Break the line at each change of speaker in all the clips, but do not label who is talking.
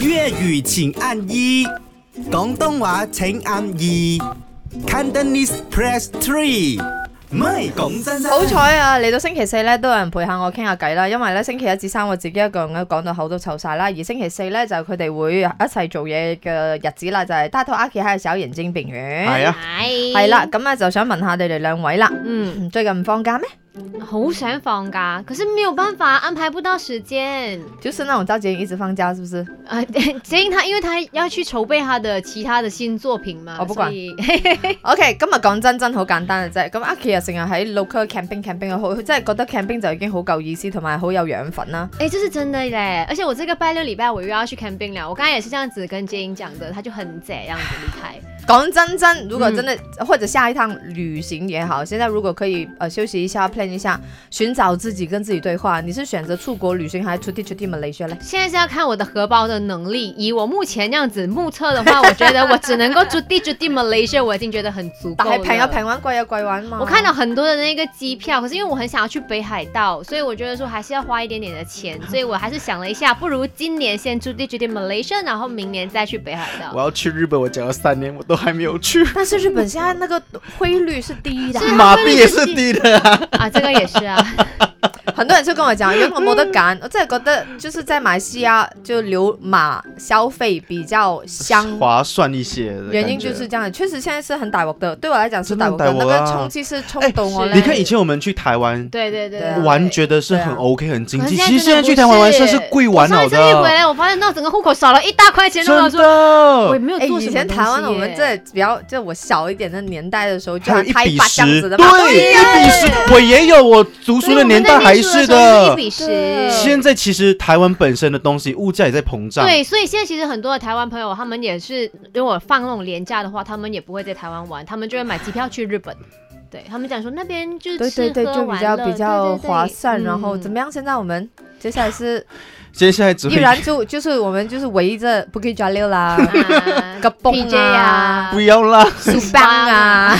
粤语请按一，广东话请按二，Cantonese press three。唔係講真真，
好彩啊！嚟到星期四咧，都有人陪下我傾下偈啦。因為咧星期一至三我自己一個人咧講到口都臭晒啦，而星期四咧就佢哋會一齊做嘢嘅日子啦，就係、大頭阿奇喺小眼睛病院。
係啊，
系
係啦，，咁啊就想問下你哋兩位啦，
哎嗯，
最近唔放假咩？
好想放假，可是没有办法，安排不到时间。
就是那種周杰倫一直放假，是不是？
呃， 杰英他因为他要去筹备他的其他的新作品嘛，
我不管
所以
OK，今日講真真好簡單嘅啫。咁阿 k 又成日喺 local camping camping 好，佢真係覺得 camping 就已經好夠意思，同埋好有養分啦。
哎、这是真的嘞！而且我这个拜六礼拜我又要去 camping 了，我刚才也是这样子跟杰英讲的，他就很这样子离开。
讲真真，
嗯
如果真的、或者下一趟旅行也好，现在如果可以呃休息一下，plan 一下，寻找自己跟自己对话，你是选择出国旅行还是出地出地 Malaysia 呢？
现在是要看我的荷包的能力，以我目前这样子目测的话，我觉得我只能够 住地住地 Malaysia，我已经觉得很足够
但
了。
系平有平玩，貴有貴玩嘛。
我看到很多的那个机票，可是因为我很想要去北海道，所以我觉得说还是要花一点点的钱，所以我还是想了一下，不如今年先住地住地 Malaysia，然后明年再去北海道
我。要去日本，我讲了三年，我都还没有 去，
但是日本现在那个汇率是低的，
马币也是低的啊。
啊，这个也是啊，
很多人就跟我讲，因为我冇得揀，我真係覺得就是在马來西亚就留马消費比較香。
划算一些的感觉。
原因就是这样的，确实现在是很大镬的，对我来讲是
真的
大
很
镬
大
的，那
镬啊
个冲击是冲
哎
到我
是
嘞。
你看以前我们去台湾
对对对
对
对
玩，觉得是
对
很
啊
OK 很经济，
可是
其实现在去台湾玩
真的
算
不
是
是
贵玩
上
好
一次一回
的，啊
来，我发现那整个户口少了一大块钱，
真
然后我说我也
的。
没有
哎、
做什么
以前台湾
东西
我们
耶
这比较，就我小一点的年代的时候，就
还有
像
一
拍
比
把这样
十，
子的嘛，
对，
呀
一比十，我也有，我读书
所以
的
我们
年代
在
还
念书的
是
时候是
的
一。比十。
对
现在其实台湾本身的东西物价也在膨胀，
对，所以现在其实很多的台湾朋友，他们也是如果放那种廉价的话，他们也不会在台湾玩，他们就会买机票去日本。对他们讲说那边就是
对对对，
吃喝
就比
玩
较
乐
比较
对对对
划算。然后
嗯、
怎么样？现在我们接下 来是
接下来只
依
会
然就就是我们就是围着 Bukit Jalil 啦
啊
个蹦
PJ
啊
啊、
不要 啦，
s u b a n 啊、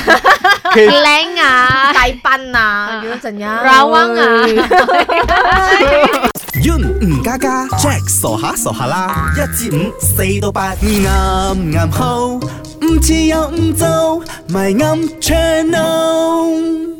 可以
Lang 啊，
大班 啊，又怎样
r a w a n 啊。
Yun 吳家家 Jack 傻下傻下啦，一至五四到八，啱啱好，唔似又唔做，咪啱 channel。